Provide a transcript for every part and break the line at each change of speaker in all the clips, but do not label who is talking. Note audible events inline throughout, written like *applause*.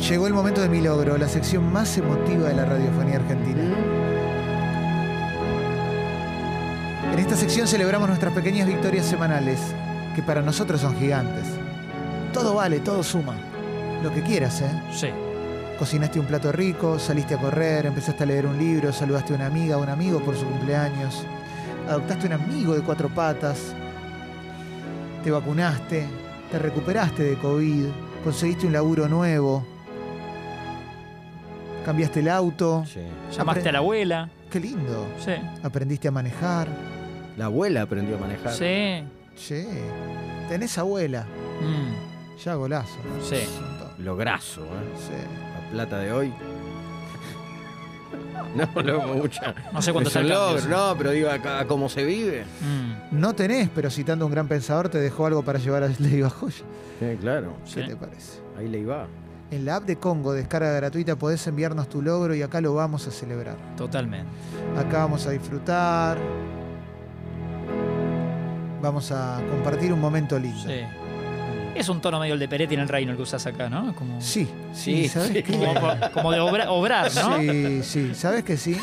Llegó el momento de mi logro, la sección más emotiva de la radiofonía argentina. En esta sección celebramos nuestras pequeñas victorias semanales, que para nosotros son gigantes. Todo vale, todo suma. Lo que quieras, ¿eh?
Sí.
Cocinaste un plato rico, saliste a correr, empezaste a leer un libro, saludaste a una amiga o un amigo por su cumpleaños, adoptaste un amigo de cuatro patas, te vacunaste, te recuperaste de COVID, conseguiste un laburo nuevo, cambiaste el auto.
Sí.
Llamaste a la abuela.
Qué lindo.
Sí.
Aprendiste a manejar.
La abuela aprendió a manejar.
Sí.
Che, tenés abuela.
Mm.
Ya golazo.
Sí.
Lo graso, ¿eh?
Sí.
La plata de hoy. *laughs* No, no, mucha.
No sé cuánto
Es un
sale el cambio,
logro,
sí.
No, pero digo, a, a cómo se vive.
Mm.
No tenés, pero citando a un gran pensador te dejó algo para llevar al *laughs* Ley Joya.
Sí, claro.
¿Qué
Sí.
te parece?
Ahí le iba.
En la app de Congo, descarga gratuita, podés enviarnos tu logro y acá lo vamos a celebrar.
Totalmente.
Acá vamos a disfrutar. Vamos a compartir un momento lindo.
Sí. Es un tono medio el de Peretti en el reino el que usás acá, ¿no? Es Como,
Sí, sí,
Sí,
¿sabes qué?
sí.
como, como de obra- obrar, ¿no?
Sí, sí, ¿sabes que
*laughs*
sí?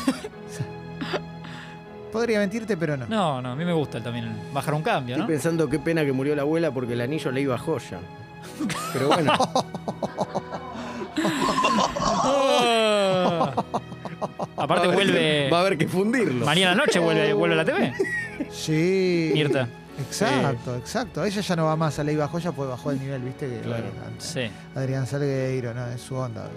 Podría mentirte, pero no.
No, no, a mí me gusta el también el bajar un cambio,
Estoy
¿no?
pensando qué pena que murió la abuela porque el anillo le iba a joya.
*laughs*
Pero bueno,
Ah. Aparte
*laughs* va a haber
vuelve.
que- va a haber que fundirlo.
Mañana noche vuelve, vuelve a la TV.
Sí.
Mirta.
Exacto, exacto. Ella ya no va más a Ley Bajoya pues bajó el nivel, viste que
Claro.
bueno, antes.
Sí.
Adrián Salgueiro, no, es su onda.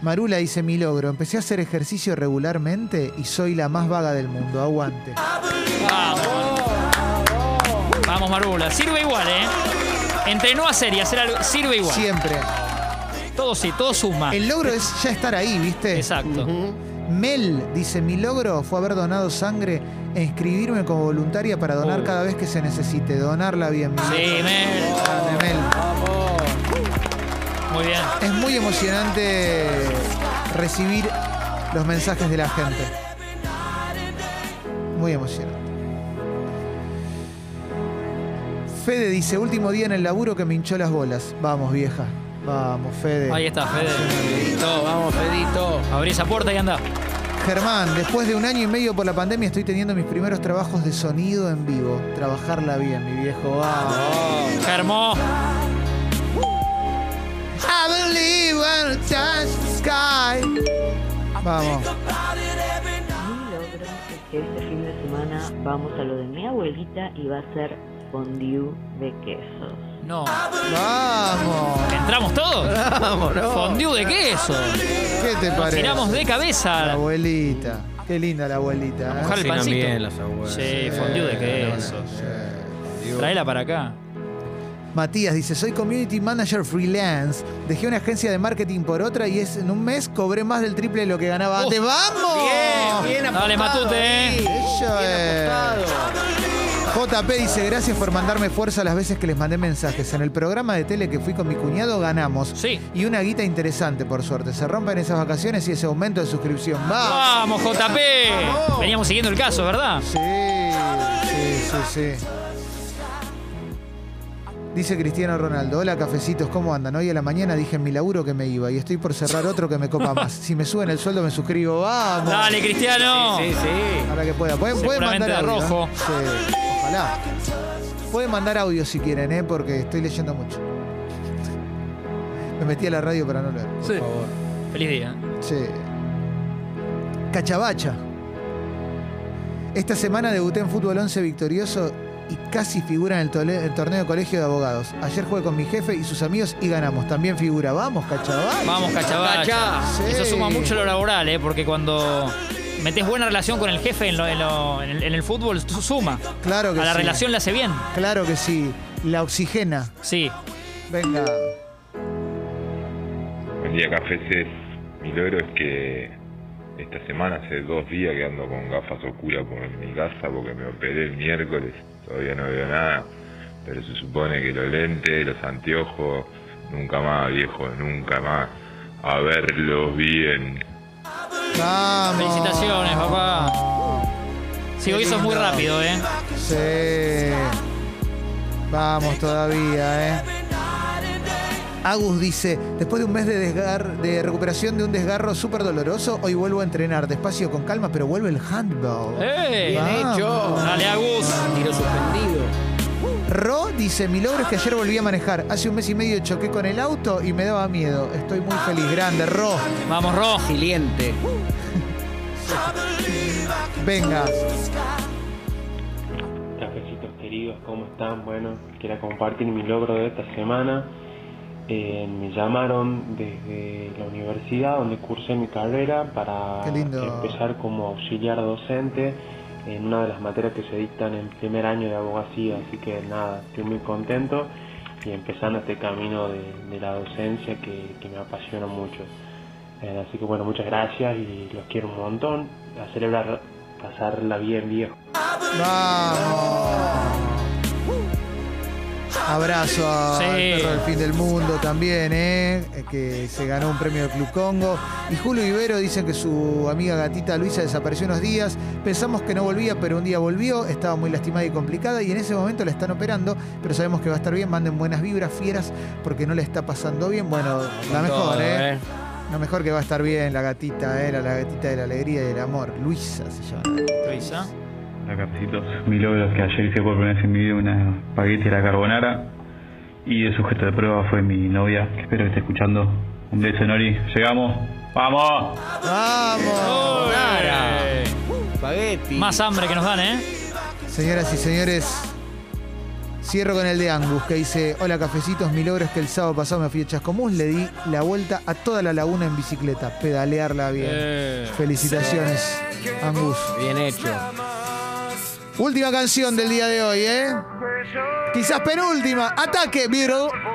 Marula dice mi logro, empecé a hacer ejercicio regularmente y soy la más vaga del mundo, aguante.
Vamos. Vamos, Marula. Sirve igual, ¿eh? Entre no hacer y hacer algo, sirve igual.
Siempre.
Todo sí, todo suma.
El logro es ya estar ahí, ¿viste?
Exacto.
Ujú.
Mel dice, mi logro fue haber donado sangre e inscribirme como voluntaria para donar
Oh.
cada vez que se necesite. Donarla bien. Mel.
Sí, Mel.
Grande, Mel.
Muy bien.
Es muy emocionante recibir los mensajes de la gente. Muy emocionante. Fede dice, último día en el laburo que me hinchó las bolas. Vamos, vieja. Vamos, Fede.
Ahí está, Fede.
Fedito, vamos, Fedito.
Abrí esa puerta y anda.
Germán, después de un año y medio por la pandemia estoy teniendo mis primeros trabajos de sonido en vivo. Trabajarla bien, mi viejo. Vamos.
Germó.
I believe when I touch the sky. Vamos.
Mi logro es que este fin de semana vamos a lo de mi abuelita y va a ser fondue de quesos.
No.
Vamos.
¿Entramos todos?
Vamos, ¿no?
Fondue de queso.
¿Qué te
Nos
parece?
tiramos de
La
cabeza.
abuelita. Qué linda la abuelita. ¿eh?
Ojalá el
Cocinan
pancito.
bien las abuelas.
Sí, fondue de queso.
Fondue.
Traela para acá.
Matías dice, soy community manager freelance. Dejé una agencia de marketing por otra y es, en un mes cobré más del triple de lo que ganaba
Uh,
antes. ¡Vamos!
Oh, Bien apostado
Dale, Matute,
ahí,
eh.
Eso es.
apostado.
JP dice, gracias por mandarme fuerza las veces que les mandé mensajes. En el programa de tele que fui con mi cuñado ganamos.
Sí.
Y una guita interesante, por suerte. Se rompen esas vacaciones y ese aumento de suscripción. ¡Va!
Vamos, JP. Veníamos siguiendo el caso, ¿verdad?
Sí, sí, sí, sí. Dice Cristiano Ronaldo, hola cafecitos, ¿cómo andan? Hoy a la mañana dije en mi laburo que me iba y estoy por cerrar otro que me
*laughs*
copa más. Si me suben el sueldo me suscribo, vamos.
Dale, Cristiano.
Sí, sí.
Ahora que pueda. Pueden, pueden
Seguramente
mandar
de
audio.
rojo.
¿eh? Sí, ojalá. Pueden mandar audio si quieren, ¿eh? porque estoy leyendo mucho. Me metí a la radio para no leer.
Sí. Feliz día.
Sí. Cachabacha. Esta semana debuté en Fútbol 11 victorioso y casi figura en el, tole- el torneo de colegio de abogados. Ayer jugué con mi jefe y sus amigos y ganamos. También figura. Vamos, Cachabacha.
Vamos, cachabacha.
Cachá.
Eso
Sí.
suma mucho lo laboral, ¿eh? porque cuando metes buena relación con el jefe en, lo- en lo- en el, en el fútbol, su- suma.
Claro
A
que
la
sí.
relación la hace bien.
Claro que sí. La oxigena.
Sí.
Venga.
Buen día, cafeses. Mi logro es que esta semana hace dos días que ando con gafas oscuras por mi casa porque me operé el miércoles. Todavía no veo nada, pero se supone que los lentes, los anteojos, nunca más, viejo, nunca más. A verlos bien.
Vamos.
Felicitaciones, papá. Sí,
Qué
hoy sos muy
lindo.
rápido, ¿eh?
Sí. Vamos todavía, ¿eh? Agus dice, después de un mes de, desgar- de recuperación de un desgarro súper doloroso, hoy vuelvo a entrenar despacio con calma, pero vuelve el handball.
¡Eh!
Bien
Vamos.
hecho.
Dale, Agus.
Tiro suspendido.
Ro dice, mi logro es que ayer volví a manejar. Hace un mes y medio choqué con el auto y me daba miedo. Estoy muy feliz, grande, Ro.
Vamos, Ro.
Siliente.
Venga.
Cafecitos queridos, ¿cómo están? Bueno, quería compartir mi logro de esta semana. Eh, me llamaron desde la universidad donde cursé mi carrera para
Qué lindo.
empezar como auxiliar docente en una de las materias que se dictan en primer año de abogacía. Así que nada, estoy muy contento y empezando este camino de, de la docencia que, que me apasiona mucho. Eh, así que bueno, muchas gracias y los quiero un montón. A celebrar, pasarla bien, viejo.
Vamos. Abrazo al
Sí.
perro del fin del mundo también, ¿eh? que se ganó un premio del Club Congo. Y Julio Ibero dice que su amiga gatita Luisa desapareció unos días. Pensamos que no volvía, pero un día volvió. Estaba muy lastimada y complicada y en ese momento la están operando, pero sabemos que va a estar bien. Manden buenas vibras, fieras, porque no le está pasando bien. Bueno, la mejor,
Ah, todo,
¿eh? La mejor que va a estar bien la gatita, era la gatita de la alegría y del amor. Luisa se llama.
Luisa.
Hola Carcitos, mi logro es que ayer hice por primera vez en mi vida una espagueti a la carbonara y el sujeto de prueba fue mi novia, que espero que esté escuchando. Un beso Nori, llegamos, ¡vamos!
Oh.
¡Vamos!
Eh,
Spaghetti.
Más hambre que nos dan, ¿eh?
Señoras y señores, cierro con el de Angus que dice, hola cafecitos, mi logro es que el sábado pasado me fui a Chascomús, le di la vuelta a toda la laguna en bicicleta, pedalearla bien.
Eh.
Felicitaciones, Angus.
Bien hecho.
Última canción del día de hoy, ¿eh? Quizás penúltima, ataque, Beatle.